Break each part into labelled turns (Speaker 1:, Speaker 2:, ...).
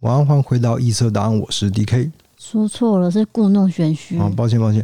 Speaker 1: 晚安，欢迎回到异色答案，我是 DK。
Speaker 2: 说错了，是故弄玄虚。
Speaker 1: 啊，抱歉，抱歉。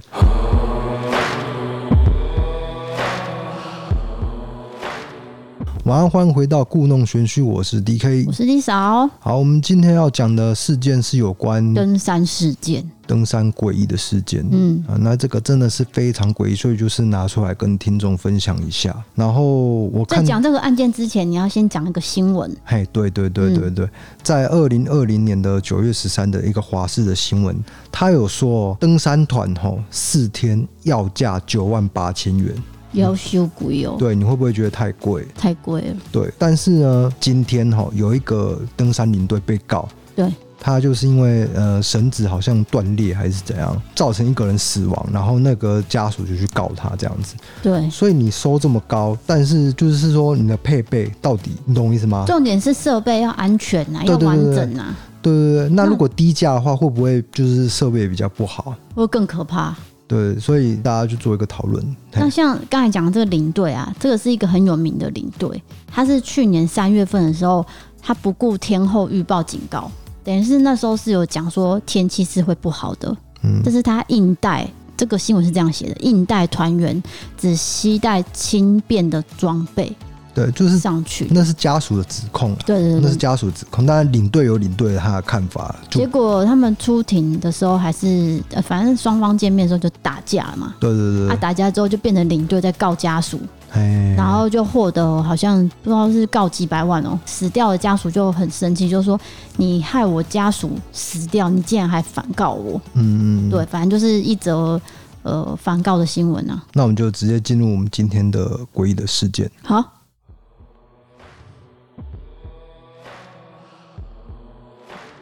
Speaker 1: 晚安，欢迎回到故弄玄虚，我是 DK
Speaker 2: 我。是李嫂，
Speaker 1: 好，我们今天要讲的事件是有关
Speaker 2: 登山事件。
Speaker 1: 登山诡异的事件。
Speaker 2: 嗯，
Speaker 1: 啊，那这个真的是非常诡异，所以就是拿出来跟听众分享一下。然后我
Speaker 2: 在
Speaker 1: 看，
Speaker 2: 讲这个案件之前，你要先讲一个新闻。
Speaker 1: 嘿，对对对对对，在二零二零年的九月十三的一个华视的新闻，他有说哦登山团吼四天要价九万八千元，
Speaker 2: 要修鬼哦，
Speaker 1: 嗯对，你会不会觉得太贵？
Speaker 2: 太贵了。
Speaker 1: 对，但是呢，今天吼有一个登山领队被告，
Speaker 2: 对，
Speaker 1: 他就是因为呃绳子好像断裂还是怎样，造成一个人死亡，然后那个家属就去告他这样子。
Speaker 2: 对，
Speaker 1: 所以你收这么高，但是就是说你的配备到底，你懂我意思吗？
Speaker 2: 重点是设备要安全啊，
Speaker 1: 对
Speaker 2: 要
Speaker 1: 对
Speaker 2: 完
Speaker 1: 对对
Speaker 2: 整啊，
Speaker 1: 对对对。那
Speaker 2: 那
Speaker 1: 如果低价的话，会不会就是设备比较不好？
Speaker 2: 会更可怕。
Speaker 1: 对，所以大家就做一个讨论。
Speaker 2: 那
Speaker 1: 嘿
Speaker 2: 像刚才讲的这个领队啊，这个是一个很有名的领队，他是去年三月份的时候，他不顾天候预报警告，等于是那时候是有讲说天气是会不好的，
Speaker 1: 嗯
Speaker 2: 这是他应带。这个新闻是这样写的：应带团员只携带轻便的装备
Speaker 1: 对，就是
Speaker 2: 上去。
Speaker 1: 那是家属的指控啊，
Speaker 2: 对对
Speaker 1: 那是
Speaker 2: 对，
Speaker 1: 家属的指控。当然，领队有领队他的看法，就
Speaker 2: 结果他们出庭的时候还是，呃反正双方见面的时候就打架了嘛。
Speaker 1: 对对
Speaker 2: 啊，
Speaker 1: 对，
Speaker 2: 打架之后就变成领队在告家属，
Speaker 1: 哎，
Speaker 2: 然后就获得好像不知道是告几百万哦、死掉的家属就很生气，就说你害我家属死掉，你竟然还反告我。
Speaker 1: 嗯嗯，嗯
Speaker 2: 对，。反正就是一则呃反告的新闻啊。
Speaker 1: 那我们就直接进入我们今天的诡异的事件。
Speaker 2: 好，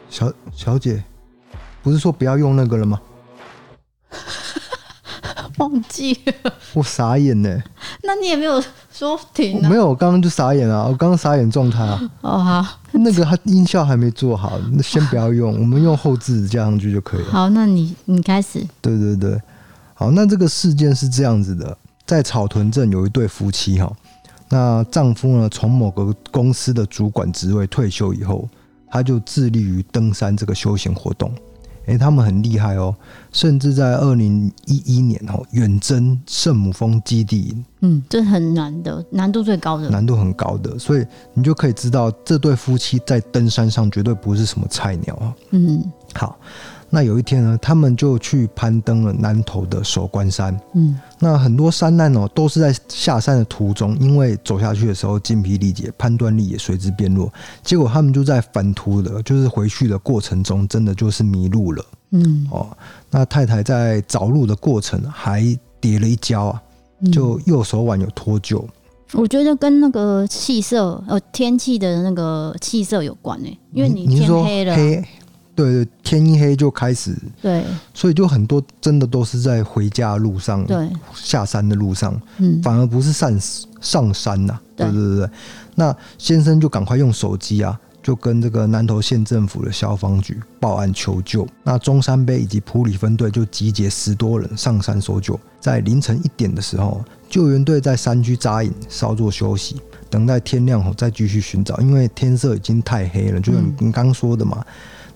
Speaker 1: 小小姐，不是说不要用那个了吗？
Speaker 2: 忘记了，
Speaker 1: 我傻眼呢、
Speaker 2: 那你也没有说停
Speaker 1: 我
Speaker 2: 啊
Speaker 1: 没？有，我刚刚就傻眼啊，我刚刚傻眼状态啊。
Speaker 2: 哦，好，
Speaker 1: 那个它音效还没做好，那先不要用，我们用后置加上去就可以了。
Speaker 2: 好，那你你开始。
Speaker 1: 对对对，好，那这个事件是这样子的，在草屯镇有一对夫妻哈，那丈夫呢从某个公司的主管职位退休以后，他就致力于登山这个休闲活动。诶、他们很厉害哦，甚至在二零一一年哦，远征圣母峰基地营，
Speaker 2: 嗯，这很难的，难度最高的。
Speaker 1: 难度很高的，所以你就可以知道这对夫妻在登山上绝对不是什么菜鸟啊。
Speaker 2: 嗯
Speaker 1: 好，那有一天呢，他们就去攀登了南头的守关山。
Speaker 2: 嗯，
Speaker 1: 那很多山难哦，都是在下山的途中，因为走下去的时候筋疲力竭，判断力也随之变弱。结果他们就在返途的，就是回去的过程中，真的就是迷路了
Speaker 2: 嗯，
Speaker 1: 哦。那太太在找路的过程还跌了一跤啊，
Speaker 2: 嗯
Speaker 1: 就右手腕有脱臼。
Speaker 2: 我觉得跟那个气色呃天气的那个气色有关诶、因为
Speaker 1: 你是
Speaker 2: 天
Speaker 1: 说
Speaker 2: 黑了啊，
Speaker 1: 黑对对，天一黑就开始，
Speaker 2: 对
Speaker 1: 所以就很多真的都是在回家的路上、
Speaker 2: 对，
Speaker 1: 下山的路上。
Speaker 2: 嗯，
Speaker 1: 嗯反而不是上上山呐、对
Speaker 2: 对
Speaker 1: 对对对。那先生就赶快用手机啊，就跟这个南投县政府的消防局报案求救。那中山杯以及普里分队就集结十多人上山搜救，在凌晨一点的时候，救援队在山区扎营稍作休息。等待天亮后再继续寻找，因为天色已经太黑了，就像
Speaker 2: 嗯
Speaker 1: 你刚说的嘛。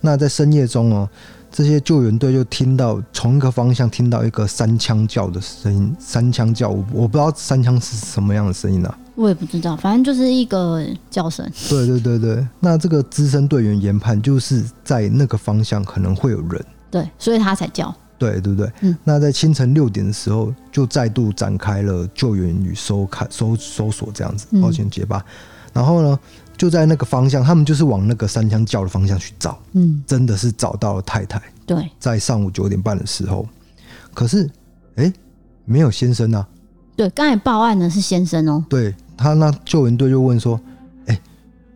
Speaker 1: 那在深夜中哦，这些救援队就听到从一个方向听到一个三枪叫的声音，三枪叫，我我不知道三枪是什么样的声音啊。
Speaker 2: 我也不知道，反正就是一个叫声。
Speaker 1: 对对对对，那这个资深队员研判就是在那个方向可能会有人，
Speaker 2: 对，所以他才叫。
Speaker 1: 对对不对？
Speaker 2: 嗯
Speaker 1: 那在清晨六点的时候，就再度展开了救援与搜看搜搜索这样子，
Speaker 2: 嗯
Speaker 1: 抱歉结巴。然后呢，就在那个方向，他们就是往那个三枪叫的方向去找，
Speaker 2: 嗯，
Speaker 1: 真的是找到了太太。
Speaker 2: 对
Speaker 1: 在上午九点半的时候，可是哎、诶没有先生啊。
Speaker 2: 对，刚才报案的是先生哦、
Speaker 1: 对他那救援队就问说：“哎、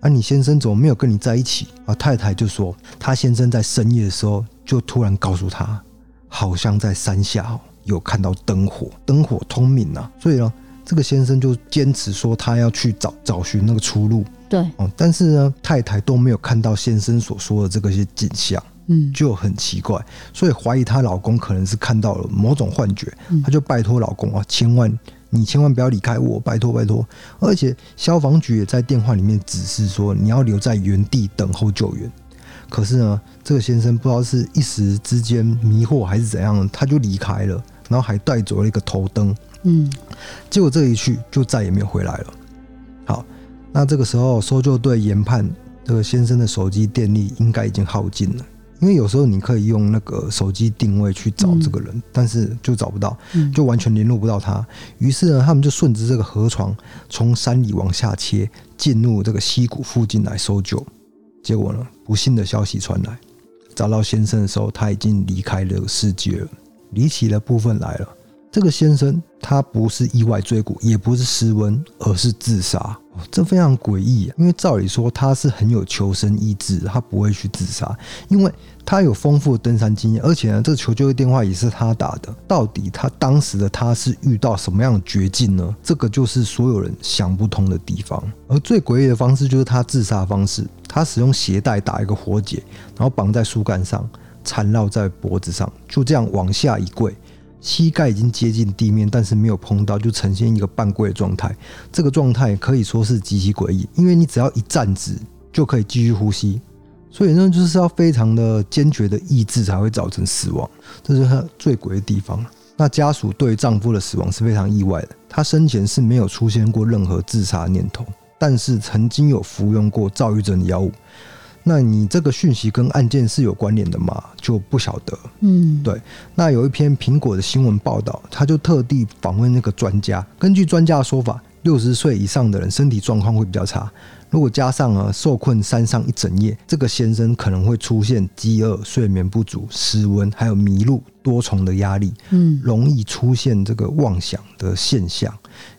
Speaker 1: 啊你先生怎么没有跟你在一起？”啊太太就说他先生在深夜的时候就突然告诉他，好像在山下哦有看到灯火，灯火通明啊，所以呢。这个先生就坚持说他要去找找寻那个出路
Speaker 2: 对，
Speaker 1: 哦，但是呢，太太都没有看到先生所说的这个些景象。
Speaker 2: 嗯，
Speaker 1: 就很奇怪，所以怀疑她老公可能是看到了某种幻觉
Speaker 2: 嗯，
Speaker 1: 她就拜托老公啊，千万你千万不要离开我，拜托拜托。而且消防局也在电话里面指示说你要留在原地等候救援。可是呢，这个先生不知道是一时之间迷惑还是怎样，他就离开了，然后还带走了一个头灯。
Speaker 2: 嗯，
Speaker 1: 结果这一去就再也没有回来了。好，那这个时候搜救队研判这个先生的手机电力应该已经耗尽了，因为有时候你可以用那个手机定位去找这个人，但是就找不到，
Speaker 2: 嗯
Speaker 1: 就完全联络不到他。于是呢，他们就顺着这个河床从山里往下切，进入这个溪谷附近来搜救。结果呢，不幸的消息传来，找到先生的时候，他已经离开了世界了。离奇的部分来了，这个先生他不是意外坠谷，也不是失温，而是自杀。哦这非常诡异、啊，因为照理说他是很有求生意志，他不会去自杀，因为他有丰富的登山经验，而且呢，这个求救电话也是他打的。到底他当时的他是遇到什么样的绝境呢？这个就是所有人想不通的地方。而最诡异的方式就是他自杀方式，他使用鞋带打一个火结，然后绑在树干上，缠绕在脖子上，就这样往下一跪。膝盖已经接近地面，但是没有碰到，就呈现一个半跪的状态。这个状态可以说是极其诡异，因为你只要一站直就可以继续呼吸，所以呢，就是要非常的坚决的意志才会造成死亡，这就是他最鬼的地方了。那家属对丈夫的死亡是非常意外的，她生前是没有出现过任何自杀念头，但是曾经有服用过躁郁症的药物。那你这个讯息跟案件是有关联的吗？就不晓得。
Speaker 2: 嗯，
Speaker 1: 对那有一篇苹果的新闻报道，他就特地访问那个专家。根据专家的说法，六十岁以上的人身体状况会比较差。如果加上啊受困山上一整夜，这个先生可能会出现饥饿、睡眠不足、失温，还有迷路、多重的压力，
Speaker 2: 嗯，
Speaker 1: 容易出现这个妄想的现象，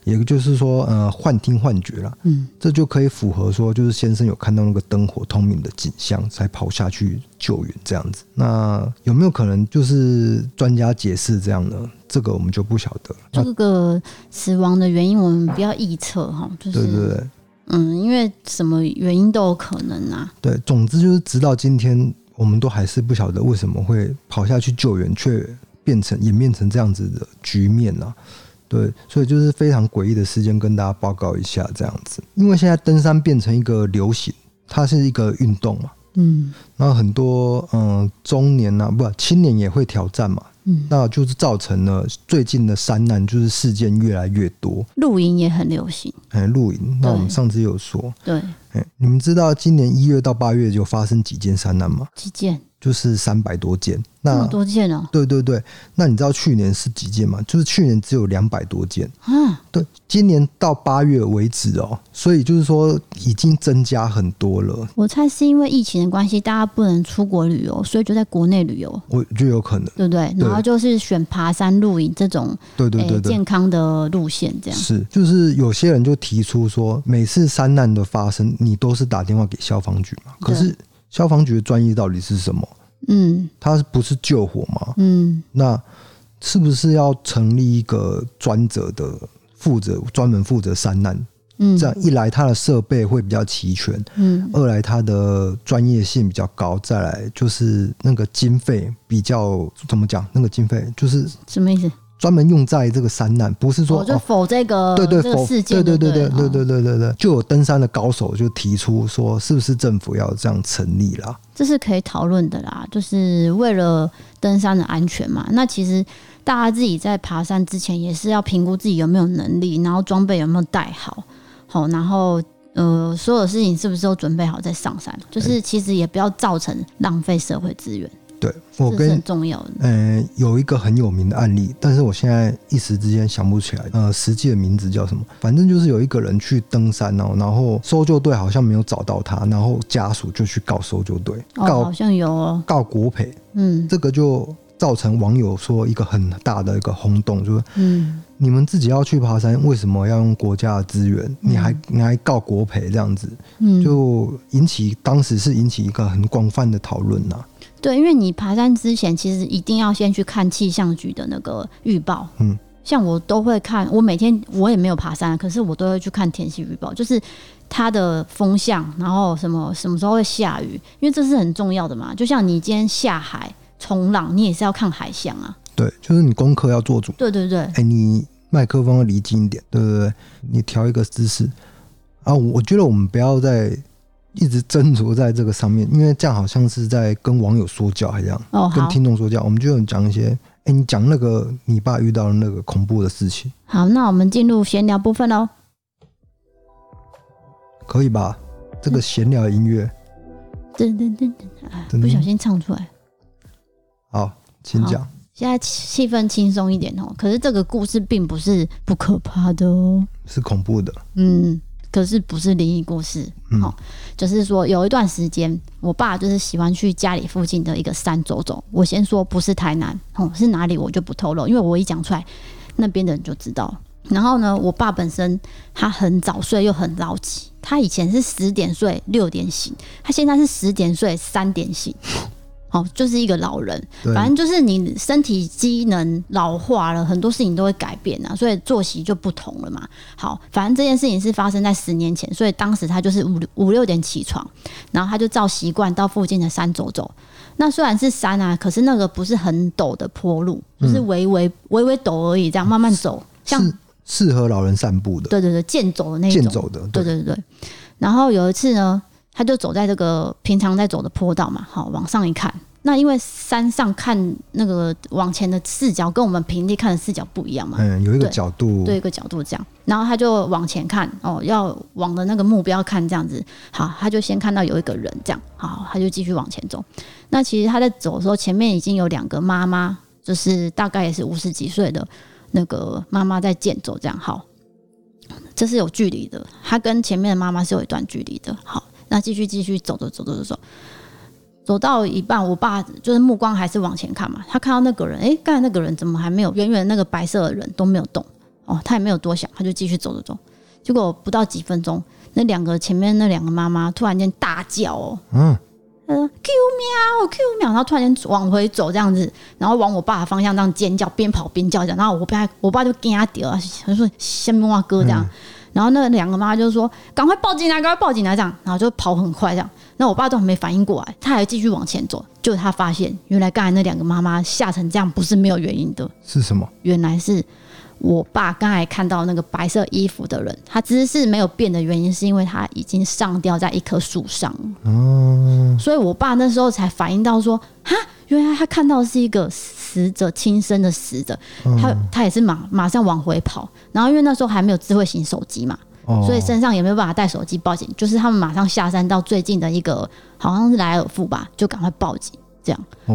Speaker 1: 也就是说，呃，幻听幻觉啦。
Speaker 2: 嗯，
Speaker 1: 这就可以符合说，就是先生有看到那个灯火通明的景象，才跑下去救援这样子。那有没有可能就是专家解释这样呢？这个我们就不晓得。那
Speaker 2: 这个死亡的原因我们不要臆测哈，就
Speaker 1: 对
Speaker 2: 是
Speaker 1: 对对
Speaker 2: 嗯，因为什么原因都有可能啊。
Speaker 1: 对，总之就是直到今天，我们都还是不晓得为什么会跑下去救援，却变成演变成这样子的局面啊。对，所以就是非常诡异的事件，跟大家报告一下这样子。因为现在登山变成一个流行，它是一个运动嘛，
Speaker 2: 嗯
Speaker 1: 那很多嗯中年呐、啊，不青年也会挑战嘛，
Speaker 2: 嗯，
Speaker 1: 那就是造成了最近的山难就是事件越来越多。
Speaker 2: 露营也很流行，
Speaker 1: 哎，露营，那我们
Speaker 2: 对
Speaker 1: 上次有说，
Speaker 2: 对，
Speaker 1: 哎，你们知道今年一月到八月有发生几件山难吗？
Speaker 2: 几件
Speaker 1: 就是三百多件。
Speaker 2: 这么
Speaker 1: 那
Speaker 2: 多件哦、
Speaker 1: 对对对，那你知道去年是几件吗？就是去年只有两百多件，
Speaker 2: 啊，
Speaker 1: 对，今年到八月为止哦，所以就是说已经增加很多了，
Speaker 2: 我猜是因为疫情的关系，大家不能出国旅游，所以就在国内旅游，
Speaker 1: 我觉得有可能，
Speaker 2: 对不对？
Speaker 1: 对
Speaker 2: 然后就是选爬山、露营这种
Speaker 1: 对对
Speaker 2: 诶
Speaker 1: 对对，
Speaker 2: 健康的路线，这样。
Speaker 1: 是，就是有些人就提出说，每次山难的发生，你都是打电话给消防局嘛？可
Speaker 2: 对
Speaker 1: 是消防局的专业到底是什么？
Speaker 2: 嗯
Speaker 1: 它不是救火吗？
Speaker 2: 嗯
Speaker 1: 那是不是要成立一个专责的负责专门负责山难？
Speaker 2: 嗯，
Speaker 1: 这样一来，它的设备会比较齐全；
Speaker 2: 嗯
Speaker 1: 二来，它的专业性比较高；再来就是那个经费比较怎么讲？那个经费就是
Speaker 2: 什么意思？
Speaker 1: 专门用在这个山难，不是说
Speaker 2: 我就
Speaker 1: 哦
Speaker 2: 否这个
Speaker 1: 对对
Speaker 2: 这个
Speaker 1: 否
Speaker 2: 事件，
Speaker 1: 对对对
Speaker 2: 对嗯
Speaker 1: 对
Speaker 2: 了哦
Speaker 1: 对对对对，就有登山的高手就提出说，是不是政府要这样成立啦？
Speaker 2: 这是可以讨论的啦，就是为了登山的安全嘛。那其实大家自己在爬山之前，也是要评估自己有没有能力，然后装备有没有带好，好，然后呃，所有事情是不是都准备好再上山？就是其实也不要造成浪费社会资源，
Speaker 1: 对我
Speaker 2: 这是
Speaker 1: 跟
Speaker 2: 很重要的。
Speaker 1: 嗯、有一个很有名的案例，但是我现在一时之间想不起来，呃，实际的名字叫什么？反正就是有一个人去登山哦，然后搜救队好像没有找到他，然后家属就去告搜救队，
Speaker 2: 哦，
Speaker 1: 告、
Speaker 2: 好像有哦，
Speaker 1: 告国赔，
Speaker 2: 嗯
Speaker 1: 这个就造成网友说一个很大的一个轰动，就是
Speaker 2: 嗯
Speaker 1: 你们自己要去爬山，为什么要用国家的资源？你还你还告国赔这样子，
Speaker 2: 嗯，
Speaker 1: 就引起当时是引起一个很广泛的讨论啊呐。
Speaker 2: 对，因为你爬山之前，其实一定要先去看气象局的那个预报。
Speaker 1: 嗯，
Speaker 2: 像我都会看，我每天我也没有爬山，可是我都会去看天气预报，就是它的风向，然后什么什么时候会下雨，因为这是很重要的嘛。就像你今天下海冲浪，你也是要看海象啊。
Speaker 1: 对，就是你功课要做足。
Speaker 2: 对对对，
Speaker 1: 哎、你麦克风要离近一点，对对对，你调一个姿势啊。我我觉得我们不要再一直斟酌在这个上面，因为这样好像是在跟网友说教一样，
Speaker 2: 哦，
Speaker 1: 跟
Speaker 2: 好
Speaker 1: 听众说教。我们就有讲一些，哎、你讲那个你爸遇到的那个恐怖的事情，
Speaker 2: 好，那我们进入闲聊部分喽。
Speaker 1: 可以吧？这
Speaker 2: 嗯
Speaker 1: 个闲聊音乐，
Speaker 2: 噔噔噔噔，哎，
Speaker 1: 噔
Speaker 2: 不小心唱出来。
Speaker 1: 好，请讲。
Speaker 2: 现在气气氛轻松一点哦，可是这个故事并不是不可怕的哦。
Speaker 1: 是恐怖的，
Speaker 2: 嗯，可是不是灵异故事，
Speaker 1: 嗯，
Speaker 2: 好就是说有一段时间，我爸就是喜欢去家里附近的一个山走走。我先说不是台南，哦、是哪里我就不透露，因为我一讲出来，那边的人就知道了。然后呢，我爸本身他很早睡又很早起，他以前是十点睡六点醒，他现在是十点睡三点醒，哦，就是一个老人。
Speaker 1: 对，
Speaker 2: 反正就是你身体机能老化了，很多事情都会改变啊，所以作息就不同了嘛。好，反正这件事情是发生在十年前，所以当时他就是五五六点起床，然后他就照习惯到附近的山走走。那虽然是山啊，可是那个不是很陡的坡路，就是微微微微陡而已，这样慢慢走，像
Speaker 1: 嗯是适合老人散步的，
Speaker 2: 对对对，健走的那
Speaker 1: 健
Speaker 2: 种。
Speaker 1: 走的，
Speaker 2: 对
Speaker 1: 对，
Speaker 2: 对对对。然后有一次呢，他就走在这个平常在走的坡道嘛，好往上一看，那因为山上看那个往前的视角跟我们平地看的视角不一样嘛，
Speaker 1: 嗯，有一个
Speaker 2: 对
Speaker 1: 角度，
Speaker 2: 对一个角度这样，然后他就往前看，哦，要往的那个目标看这样子。好，他就先看到有一个人这样，好，他就继续往前走。那其实他在走的时候，前面已经有两个妈妈，就是大概也是五十几岁的那个妈妈在健走这样。好，这是有距离的，他跟前面的妈妈是有一段距离的。好，那继续继续走走走走走走。走到一半，我爸就是目光还是往前看嘛，他看到那个人，诶，刚才那个人怎么还没有？远远那个白色的人都没有动。哦，他也没有多想，他就继续走走走。结果不到几分钟，那两个前面那两个妈妈突然间大叫哦，
Speaker 1: 嗯，
Speaker 2: 呃，Q 喵 Q 喵，然后突然间往回走这样子，然后往我爸的方向这样尖叫，边跑边叫这样。然后我爸我爸就跟他丢啊，他说先摸啊哥这样。然后那两个妈妈就说：“赶快报警啊，赶快报警啊！”这样，然后就跑很快这样。那我爸都还没反应过来，他还继续往前走。就他发现，原来刚才那两个妈妈吓成这样不是没有原因的，
Speaker 1: 是什么？
Speaker 2: 原来是我爸刚才看到那个白色衣服的人，他姿势没有变的原因是因为他已经上吊在一棵树上了，
Speaker 1: 哦，
Speaker 2: 所以我爸那时候才反应到说，哈，原来他看到的是一个死者亲生的死者，
Speaker 1: 嗯
Speaker 2: 他他也是马马上往回跑，然后因为那时候还没有智慧型手机嘛，
Speaker 1: 哦
Speaker 2: 所以身上也没有办法带手机报警，就是他们马上下山到最近的一个好像是莱尔富吧，就赶快报警，这样。好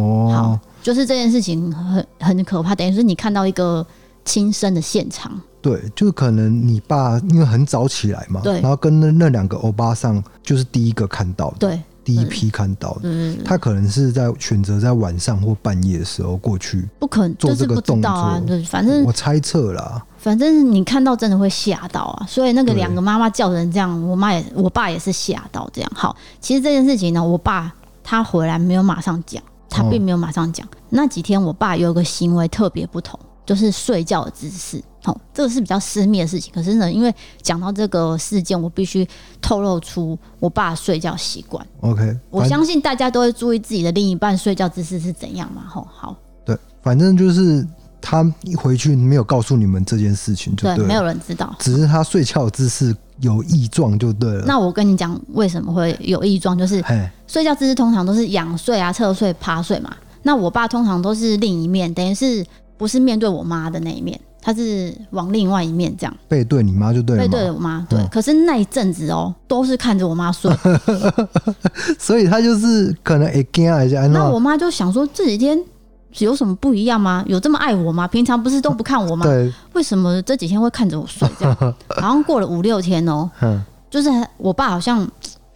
Speaker 1: 哦，，
Speaker 2: 就是这件事情很很可怕，等于是你看到一个亲身的现场，
Speaker 1: 对，就可能你爸因为很早起来嘛，
Speaker 2: 对
Speaker 1: 然后跟那那两个欧巴桑就是第一个看到的，
Speaker 2: 对，
Speaker 1: 第一批看到的，
Speaker 2: 嗯，
Speaker 1: 他可能是在选择在晚上或半夜的时候过去，
Speaker 2: 不可能，
Speaker 1: 做
Speaker 2: 就
Speaker 1: 这
Speaker 2: 是
Speaker 1: 个
Speaker 2: 不知道啊，
Speaker 1: 动作
Speaker 2: 对，反正
Speaker 1: 我猜测啦，
Speaker 2: 反正你看到真的会吓到啊，所以那个
Speaker 1: 对
Speaker 2: 两个妈妈叫人这样，我妈也我爸也是吓到这样。好，其实这件事情呢，我爸他回来没有马上讲，他并没有马上讲。那几天我爸有个行为特别不同，就是睡觉的姿势。好、这个是比较私密的事情，可是呢，因为讲到这个事件，我必须透露出我爸的睡觉习惯。
Speaker 1: ，OK，
Speaker 2: 我
Speaker 1: 反
Speaker 2: 相信大家都会注意自己的另一半睡觉姿势是怎样嘛。吼、好，
Speaker 1: 对，反正就是他一回去没有告诉你们这件事情就
Speaker 2: 对，
Speaker 1: 了，
Speaker 2: 没有人知道。
Speaker 1: 只是他睡觉的姿势有异状就对了。
Speaker 2: 那我跟你讲，为什么会有异状，就是
Speaker 1: 嘿，
Speaker 2: 睡觉姿势通常都是仰睡啊、侧睡、趴睡嘛。那我爸通常都是另一面，等于是不是面对我妈的那一面，他是往另外一面这样
Speaker 1: 背对你妈就对了
Speaker 2: 背
Speaker 1: 嘛，
Speaker 2: 对着我妈。对，
Speaker 1: 嗯
Speaker 2: 可是那一阵子哦，都是看着我妈睡。
Speaker 1: 所以他就是可能会惊一下，
Speaker 2: 那我妈就想说，这几天有什么不一样吗？有这么爱我吗？平常不是都不看我吗？
Speaker 1: 对，
Speaker 2: 为什么这几天会看着我睡 这样？好像过了五六天哦，
Speaker 1: 嗯，
Speaker 2: 就是我爸好像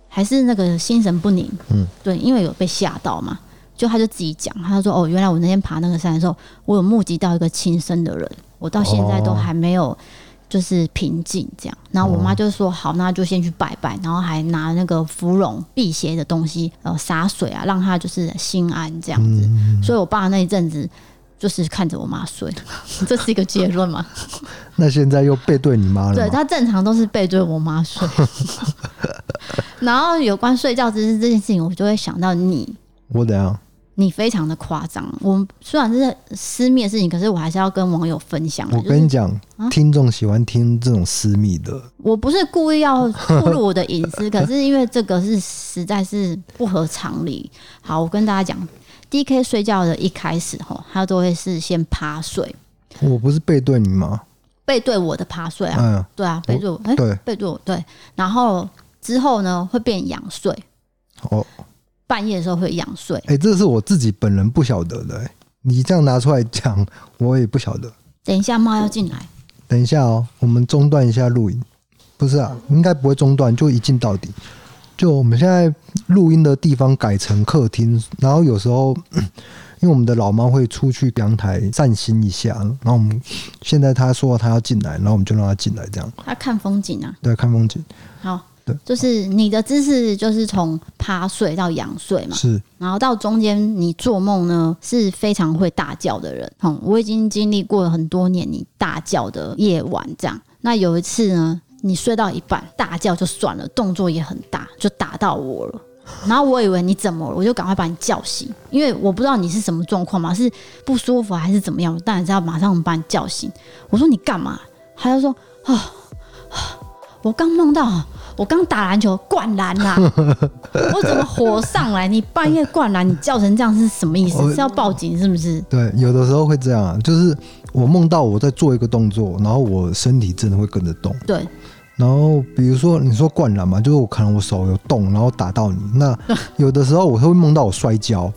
Speaker 2: 还是那个心神不宁，
Speaker 1: 嗯
Speaker 2: 嗯，对，因为有被吓到嘛，就他就自己讲，他说哦，原来我那天爬那个山的时候，我有目击到一个亲生的人，我到现在都
Speaker 1: 哦
Speaker 2: 还没有就是平静这样。然后我妈就说好，那就先去拜拜，然后还拿那个芙蓉辟邪的东西，呃，洒水啊，让他就是心安这样子。所以我爸那一阵子。就是看着我妈睡，这是一个结论嘛？
Speaker 1: 那现在又背对你妈了
Speaker 2: 对
Speaker 1: 嘛，
Speaker 2: 他正常都是背对我 妈睡。然后有关睡觉姿势这件事情，我就会想到你，
Speaker 1: 我怎样？
Speaker 2: 你非常的夸张。我虽然是私密的事情，可是我还是要跟网友分享的。
Speaker 1: 我
Speaker 2: 就
Speaker 1: 跟
Speaker 2: 是
Speaker 1: 你讲，
Speaker 2: 啊
Speaker 1: 听众喜欢听这种私密的，
Speaker 2: 我不是故意要暴露我的隐 私，可是因为这个是实在是不合常理。好，我跟大家讲，D K 睡觉的一开始吼，他都会是先趴睡，
Speaker 1: 我不是背对你吗？
Speaker 2: 背对我的趴睡啊，
Speaker 1: 嗯，
Speaker 2: 对啊，背对我，哎、
Speaker 1: 对，
Speaker 2: 背对我，对。然后之后呢，会变仰睡，
Speaker 1: 哦，
Speaker 2: 半夜的时候会仰睡。
Speaker 1: 哎、这是我自己本人不晓得的、哎你这样拿出来讲，我也不晓得。
Speaker 2: 等一下猫要进来，
Speaker 1: 等一下哦，我们中断一下录影。不是啊，应该不会中断，就一镜到底。就我们现在录音的地方改成客厅，然后有时候 因为我们的老猫会出去阳台散心一下，然后我们现在它说它要进来，然后我们就让它进来，这样
Speaker 2: 它看风景啊。
Speaker 1: 对，看风景
Speaker 2: 好
Speaker 1: 对，
Speaker 2: 就是你的姿势就是从趴睡到仰睡嘛，
Speaker 1: 是
Speaker 2: 然后到中间你做梦呢是非常会大叫的人，嗯，我已经经历过很多年你大叫的夜晚这样。那有一次呢，你睡到一半大叫就算了，动作也很大，就打到我了。然后我以为你怎么了，我就赶快把你叫醒，因为我不知道你是什么状况嘛，是不舒服还是怎么样，我当然是要马上把你叫醒。我说你干嘛？他就说哦，我刚梦到我刚打篮球灌篮啦、 我怎么火上来？你半夜灌篮，你叫成这样是什么意思
Speaker 1: 我？
Speaker 2: 是要报警是不是？
Speaker 1: 对。有的时候会这样啊，就是我梦到我在做一个动作，然后我身体真的会跟着动。
Speaker 2: 对，
Speaker 1: 然后比如说你说灌篮嘛，就是我可能我手有动，然后打到你。 那有的时候我会梦到我摔跤，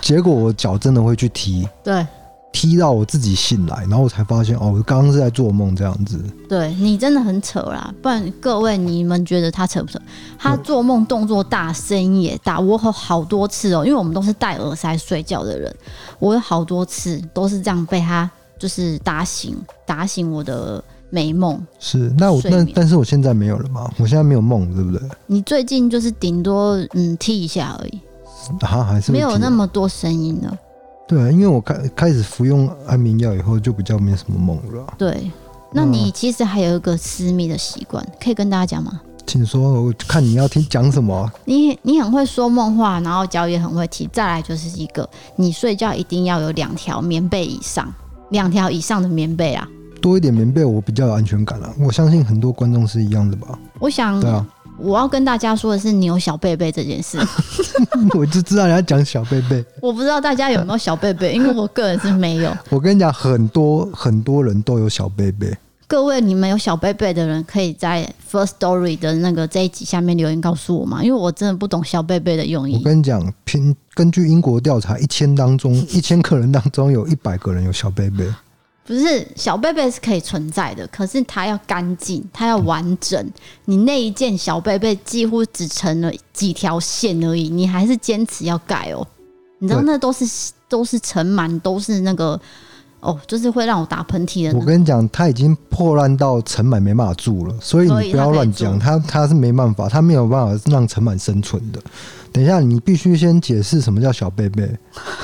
Speaker 1: 结果我脚真的会去踢，
Speaker 2: 对
Speaker 1: 踢到我自己醒来，然后我才发现哦，我刚刚是在做梦这样子。
Speaker 2: 对，你真的很扯啦！不然各位你们觉得他扯不扯？他做梦动作大，声音也大，我有好多次哦、因为我们都是戴耳塞睡觉的人，我有好多次都是这样被他就是打醒，打醒我的美梦。
Speaker 1: 是，那我
Speaker 2: 睡
Speaker 1: 但
Speaker 2: 眠
Speaker 1: 但是我现在没有了嘛，我现在没有梦，对不对？
Speaker 2: 你最近就是顶多嗯踢一下而已，
Speaker 1: 啊，还是会
Speaker 2: 没有
Speaker 1: 踢
Speaker 2: 那么多声音了。
Speaker 1: 对，啊因为我开开始服用安眠药以后，就比较没什么梦了啊。
Speaker 2: 对，那你其实还有一个私密的习惯，可以跟大家讲吗？
Speaker 1: 请说，我看你要听讲什么啊？
Speaker 2: 你你很会说梦话，然后脚也很会踢。再来就是一个，你睡觉一定要有两条棉被以上，两条以上的棉被啊啦。
Speaker 1: 多一点棉被，我比较有安全感了、啊我相信很多观众是一样的吧？
Speaker 2: 我想，
Speaker 1: 对啊，
Speaker 2: 我要跟大家说的是你有小贝贝这件事。
Speaker 1: 我就知道你要讲小贝贝。
Speaker 2: 我不知道大家有没有小贝贝，因为我个人是没有。
Speaker 1: 我跟你讲，很多很多人都有小贝贝，
Speaker 2: 各位，你们有小贝贝的人，可以在 First Story 的那个这一集下面留言告诉我吗？因为我真的不懂小贝贝的用
Speaker 1: 我
Speaker 2: 意。
Speaker 1: 跟你讲，凭根据英国调查，一千当 中，一千个人当中有一百个人有小贝贝。
Speaker 2: 不是小贝贝是可以存在的，可是它要干净，它要完整。你那一件小贝贝几乎只成了几条线而已，你还是坚持要盖哦。你知道
Speaker 1: 对
Speaker 2: 那都是都是尘螨，都是那个哦，就是会让我打喷嚏的
Speaker 1: 我
Speaker 2: 那个。
Speaker 1: 跟你讲，他已经破烂到尘螨没办法住了，所以
Speaker 2: 所
Speaker 1: 你
Speaker 2: 以
Speaker 1: 不要乱讲，他他是没办法，他没有办法让尘螨生存的。等一下，你必须先解释什么叫小贝贝，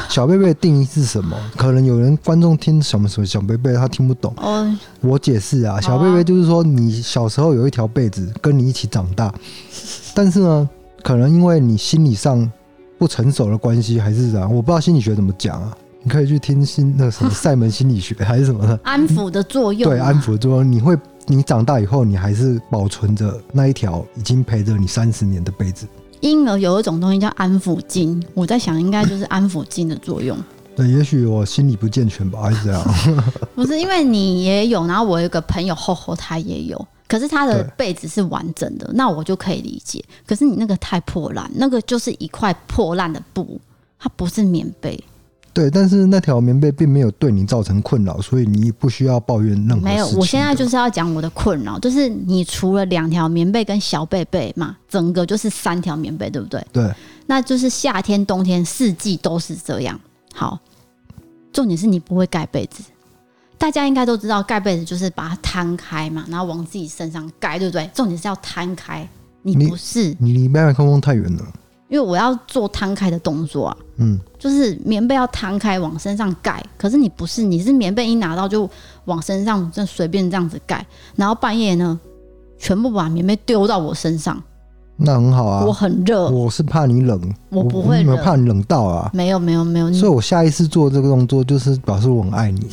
Speaker 1: 小贝贝的定义是什么？可能有人观众听什么什么小贝贝，他听不懂。
Speaker 2: 哦，
Speaker 1: 我解释啊，小贝贝就是说，你小时候有一条被子跟你一起长大，但是呢，可能因为你心理上不成熟的关系，还是啥，我不知道心理学怎么讲啊。你可以去听心那什么塞门心理学还是什么的，
Speaker 2: 安抚的作用、啊
Speaker 1: 对，安。抚作用。你会，你长大以后，你还是保存着那一条已经陪着你三十年的被子。
Speaker 2: 婴儿有一种东西叫安抚巾，我在想应该就是安抚巾的作用。
Speaker 1: 对，也许我心理不健全吧，还是这 样。
Speaker 2: 不是因为你也有，然后我有一个朋友厚厚他也有，可是他的
Speaker 1: 对
Speaker 2: 被子是完整的，那我就可以理解。可是你那个太破烂，那个就是一块破烂的布，它不是棉被，
Speaker 1: 对，但是那条棉被并没有对你造成困扰，所以你不需要抱怨任何事情。
Speaker 2: 没有。我现在就是要讲我的困扰，就是你除了两条棉被跟小被被嘛，整个就是三条棉被，对不对？
Speaker 1: 对，
Speaker 2: 那就是夏天、冬天、四季都是这样。好，重点是你不会盖被子。大家应该都知道，盖被子就是把它摊开嘛，然后往自己身上盖，对不对？重点是要摊开，
Speaker 1: 你
Speaker 2: 你不是，
Speaker 1: 你离麦克风太远了。
Speaker 2: 因为我要做摊开的动作啊，
Speaker 1: 嗯，
Speaker 2: 就是棉被要摊开往身上盖，可是你不是，你是棉被一拿到就往身上这随便这样子盖，然后半夜呢，全部把棉被丢到我身上，
Speaker 1: 那很好啊。
Speaker 2: 我很热，
Speaker 1: 我是怕你冷，
Speaker 2: 我不
Speaker 1: 我
Speaker 2: 会
Speaker 1: 没有
Speaker 2: 冷
Speaker 1: 怕你冷到啊，
Speaker 2: 没有没有没有，你
Speaker 1: 所以我下一次做这个动作就是表示我很爱你。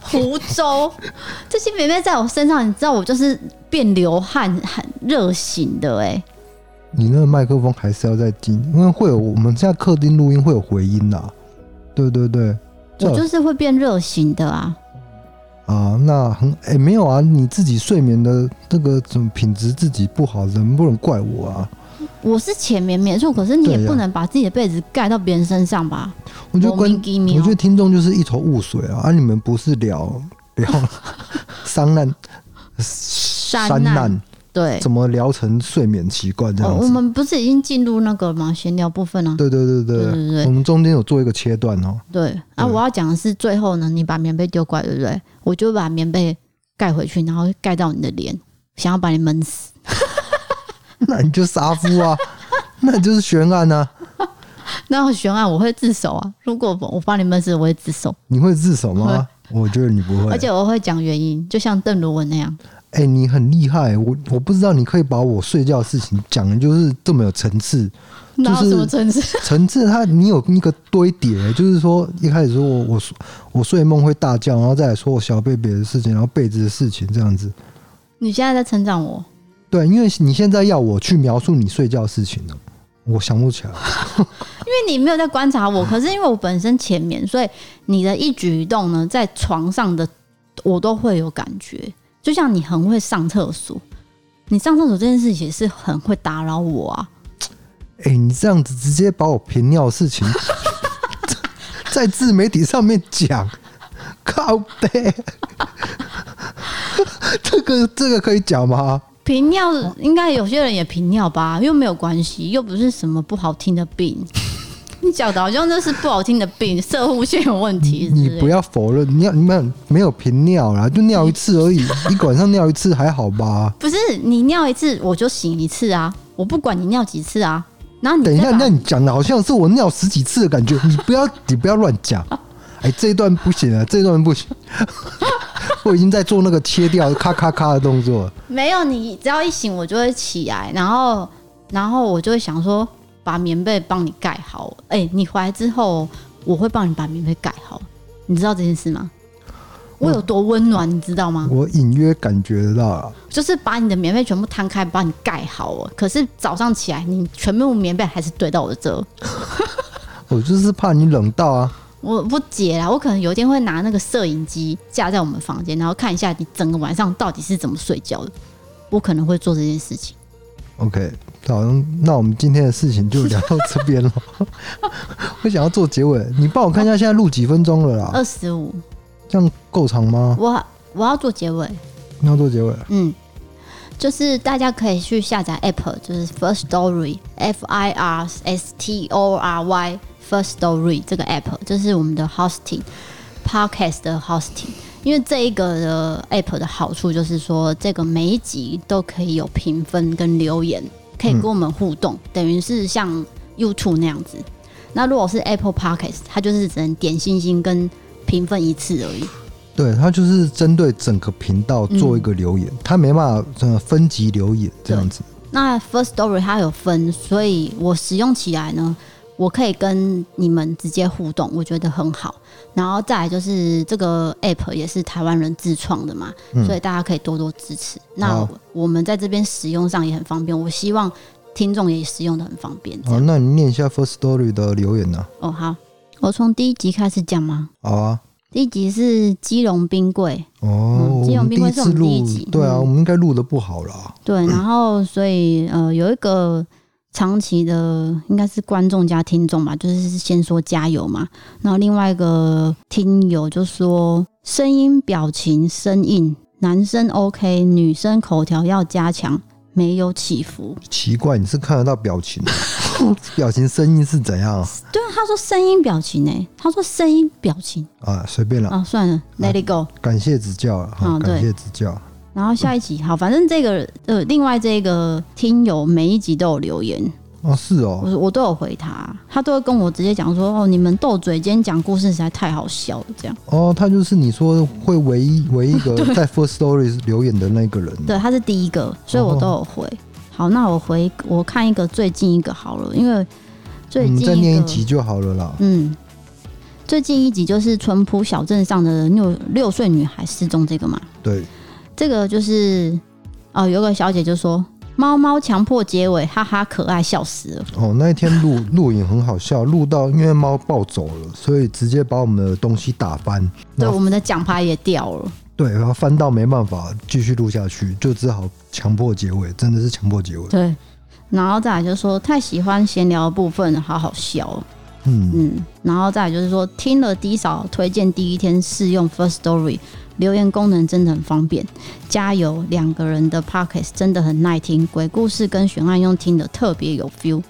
Speaker 2: 湖州，这些棉被在我身上，你知道我就是变流汗、很热型的哎、
Speaker 1: 你那个麦克风还是要再近，因为会有我们现在客厅录音会有回音啦、对对对，这
Speaker 2: 我就是会变热型的啊。
Speaker 1: 啊，那很哎、没有啊，你自己睡眠的这个怎么品质自己不好，能不能怪我啊？
Speaker 2: 我是浅绵绵错，可是你也
Speaker 1: 对呀
Speaker 2: 不能把自己的被子盖到别人身上吧？
Speaker 1: 我觉得观，
Speaker 2: 莫名其妙
Speaker 1: 我觉得听众就是一头雾水啊，啊，你们不是聊聊商难
Speaker 2: 山啊
Speaker 1: 山难，
Speaker 2: 对，
Speaker 1: 怎么聊成睡眠习惯这
Speaker 2: 哦
Speaker 1: 样
Speaker 2: 我
Speaker 1: 子？
Speaker 2: 们不是已经进入那个吗？闲聊部分啊。
Speaker 1: 对对对对，
Speaker 2: 对对对
Speaker 1: 我们中间有做一个切断哦。
Speaker 2: 对啊，
Speaker 1: 对
Speaker 2: 我要讲的是最后呢，你把棉被丢过来，对不对？我就把棉被盖回去，然后盖到你的脸，想要把你闷死。
Speaker 1: 那你就杀夫啊， 那你就是悬案啊，
Speaker 2: 那悬案我会自首啊！如果我把你闷死，我会自首，
Speaker 1: 你会自首吗？我觉得你不会
Speaker 2: 而。且我会啊讲原因，就像邓如文那样。
Speaker 1: 哎、你很厉害，我我不知道你可以把我睡觉的事情讲的就是这么有层次，
Speaker 2: 哪有
Speaker 1: 就是
Speaker 2: 什么层次？
Speaker 1: 层次它你有一个堆叠，就是说一开始说我我我睡梦会大叫，然后再来说我小贝贝的事情，然后被子的事情这样子。
Speaker 2: 你现在在成长我，
Speaker 1: 对，因为你现在要我去描述你睡觉的事情呢，我想不起来。
Speaker 2: 因为你没有在观察我，可是因为我本身前面，所以你的一举一动呢，在床上的我都会有感觉。就像你很会上厕所，你上厕所这件事也是很会打扰我啊。
Speaker 1: 哎、你这样子直接把我频尿的事情 在自媒体上面讲，靠背，这个这个可以讲吗？
Speaker 2: 频尿应该有些人也频尿吧，又没有关系，又不是什么不好听的病。 你讲的好像那是不好听的病，射护腺有问题
Speaker 1: 你不
Speaker 2: 要
Speaker 1: 要否认，你要你们没有频尿啦，就尿一次而已，一晚上尿一次还好吧？
Speaker 2: 不是你尿一次我就醒一次啊，我不管你尿几次啊。然后你
Speaker 1: 等一
Speaker 2: 再
Speaker 1: 下，
Speaker 2: 把
Speaker 1: 那你讲的好像是我尿十几次的感觉，你不要你不要乱讲。哎、这一段不行了，这一段不行， 我已经在做那个切掉咔咔咔的动作了。
Speaker 2: 没有你，只要一醒我就会起来，然后然后我就会想说把棉被帮你盖好。哎、你回来之后我会帮你把棉被盖好，你知道这件事吗？
Speaker 1: 嗯
Speaker 2: 我有多温暖，你知道吗？
Speaker 1: 我隐约感觉得到了。
Speaker 2: 就是把你的棉被全部摊开，把你盖好哦。可是早上起来，你全部棉被还是堆到我的这，
Speaker 1: 我就是怕你冷到啊！
Speaker 2: 我不解啦。我可能有一天会拿那个摄影机架在我们房间，然后看一下你整个晚上到底是怎么睡觉的。我可能会做这件事情。
Speaker 1: OK，好像那我们今天的事情就聊到这边了。 我想要做结尾，你帮我看一下现在录几分钟了啦？
Speaker 2: 二十五，
Speaker 1: 这样够长吗？
Speaker 2: 我我要做结尾。
Speaker 1: 你要做结尾啊了？
Speaker 2: 嗯，就是大家可以去下载 App，就是 First Story F I R S T O R Y First Story 这个 App，就是我们的 hosting podcast 的 hosting。因为这一个的 App 的好处就是说，这个每一集都可以有评分跟留言，可以跟我们互动，等于是像 YouTube 那样子。那如果是 Apple Podcast，它就是只能点星星跟评分一次而已。
Speaker 1: 对，它就是针对整个频道做一个留言，它没办法呃分级留言这样子。
Speaker 2: 那 First Story 它有分，所以我使用起来呢，我可以跟你们直接互动，我觉得很好。然后再来就是这个 App 也是台湾人自创的嘛，所以大家可以多多支持。那
Speaker 1: 好
Speaker 2: 我们在这边使用上也很方便，我希望听众也使用的很方便。这
Speaker 1: 好，
Speaker 2: 样
Speaker 1: 哦那你念一下 First Story 的留言呢、
Speaker 2: 哦，好，我从第一集开始讲吗？
Speaker 1: 啊？好啊，
Speaker 2: 第一集是基隆冰柜，
Speaker 1: 哦，
Speaker 2: 嗯
Speaker 1: 我
Speaker 2: 基
Speaker 1: 们
Speaker 2: 隆
Speaker 1: 第
Speaker 2: 冰
Speaker 1: 一
Speaker 2: 柜是
Speaker 1: 次
Speaker 2: 我们第一
Speaker 1: 录
Speaker 2: 集，
Speaker 1: 对啊，
Speaker 2: 嗯
Speaker 1: 我们应该录的不好啦。
Speaker 2: 对，然后所以呃，有一个长期的应该是观众加听众吧，就是先说加油嘛，然后另外一个听友就说声音、表情、声音，男生 OK，女生口条要加强，没有起伏。
Speaker 1: 奇怪，你是看得到表情 的，表情声音是怎样啊
Speaker 2: 对啊，他说声音、表情诶、他说声音、表情
Speaker 1: 啊？随便啦。
Speaker 2: 啊，算了，Let it go。
Speaker 1: 感谢指教了，好，
Speaker 2: 嗯
Speaker 1: 感
Speaker 2: 对
Speaker 1: 谢指教。
Speaker 2: 然后下一集好，反正这个呃，另外这个听友每一集都有留言，
Speaker 1: 啊，是哦，
Speaker 2: 我我都有回他，他都会跟我直接讲说：“哦，你们斗嘴，今天讲故事实在太好笑了。”这样，
Speaker 1: 哦，他就是你说会唯 一唯一一个在 First Stories 留言的那个人，
Speaker 2: 对，他是第一个，所以我都有回。
Speaker 1: 哦
Speaker 2: 好，那我回我看一个最近一个好了，因为最
Speaker 1: 我们
Speaker 2: 近一个
Speaker 1: 嗯再念一集就好了啦。
Speaker 2: 嗯，最近一集就是淳朴小镇上的六六岁女孩失踪这个嘛，
Speaker 1: 对，
Speaker 2: 这个就是哦，有个小姐就说猫猫强迫结尾，哈哈，可爱笑死了。
Speaker 1: 哦，那一天 录录影很好笑，录到因为猫暴走了，所以直接把我们的东西打翻，
Speaker 2: 对，
Speaker 1: 那
Speaker 2: 我们的奖牌也掉了。
Speaker 1: 对，然后翻到没办法继续录下去，就只好强迫结尾，真的是强迫结尾。
Speaker 2: 对，然后再来就是说太喜欢闲聊的部分了，好好笑、哦。
Speaker 1: 嗯，
Speaker 2: 嗯，然后再来就是说听了低嫂推荐第一天试用 First Story。留言功能真的很方便，加油！两个人的 Pockets 真的很耐听，鬼故事跟悬案用听的特别有 feel。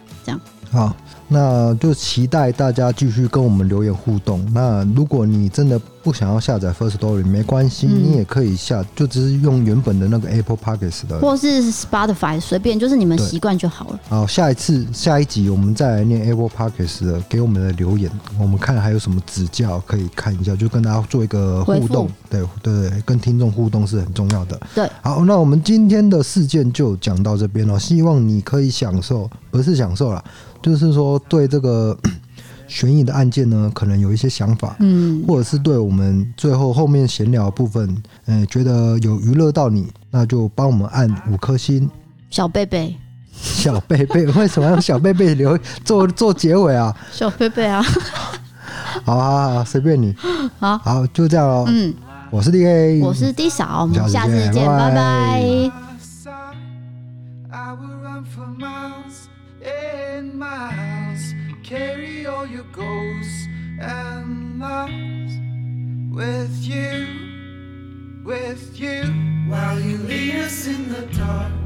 Speaker 1: 好，那就期待大家继续跟我们留言互动。那如果你真的不想要下载 First Story，没关系，
Speaker 2: 嗯
Speaker 1: 你也可以下，就只是用原本的那个 Apple Podcasts 的。
Speaker 2: 或是 Spotify 随便，就是你们
Speaker 1: 对
Speaker 2: 习惯就好了。
Speaker 1: 好，下一次下一集我们再来念 Apple Podcasts 的给我们的留言，我们看还有什么指教可以看一下，就跟大家做一个互
Speaker 2: 回
Speaker 1: 动
Speaker 2: 复。
Speaker 1: 对对对，跟听众互动是很重要的。
Speaker 2: 对，
Speaker 1: 好，那我们今天的事件就讲到这边了，希望你可以享受，不是享受啦，就是说对这个 悬疑的案件呢，可能有一些想法，
Speaker 2: 嗯，
Speaker 1: 或者是对我们最后后面闲聊的部分，嗯、觉得有娱乐到你，那就帮我们按五颗星。
Speaker 2: 小贝贝，
Speaker 1: 小贝贝 为什么要用小贝贝留做做结尾啊？
Speaker 2: 小贝贝啊，
Speaker 1: 好好好，随便你。
Speaker 2: 好
Speaker 1: 好，就这样喽。
Speaker 2: 嗯，
Speaker 1: 我是 D A，
Speaker 2: 我是 D 嫂，我
Speaker 1: 下次
Speaker 2: 们下次
Speaker 1: 见
Speaker 2: 见，
Speaker 1: 拜拜
Speaker 2: 拜拜
Speaker 3: side, I will run for miles and miles, carry all your goals and lies with you, with you. While you lead us in the dark, Oh, oh, Oh,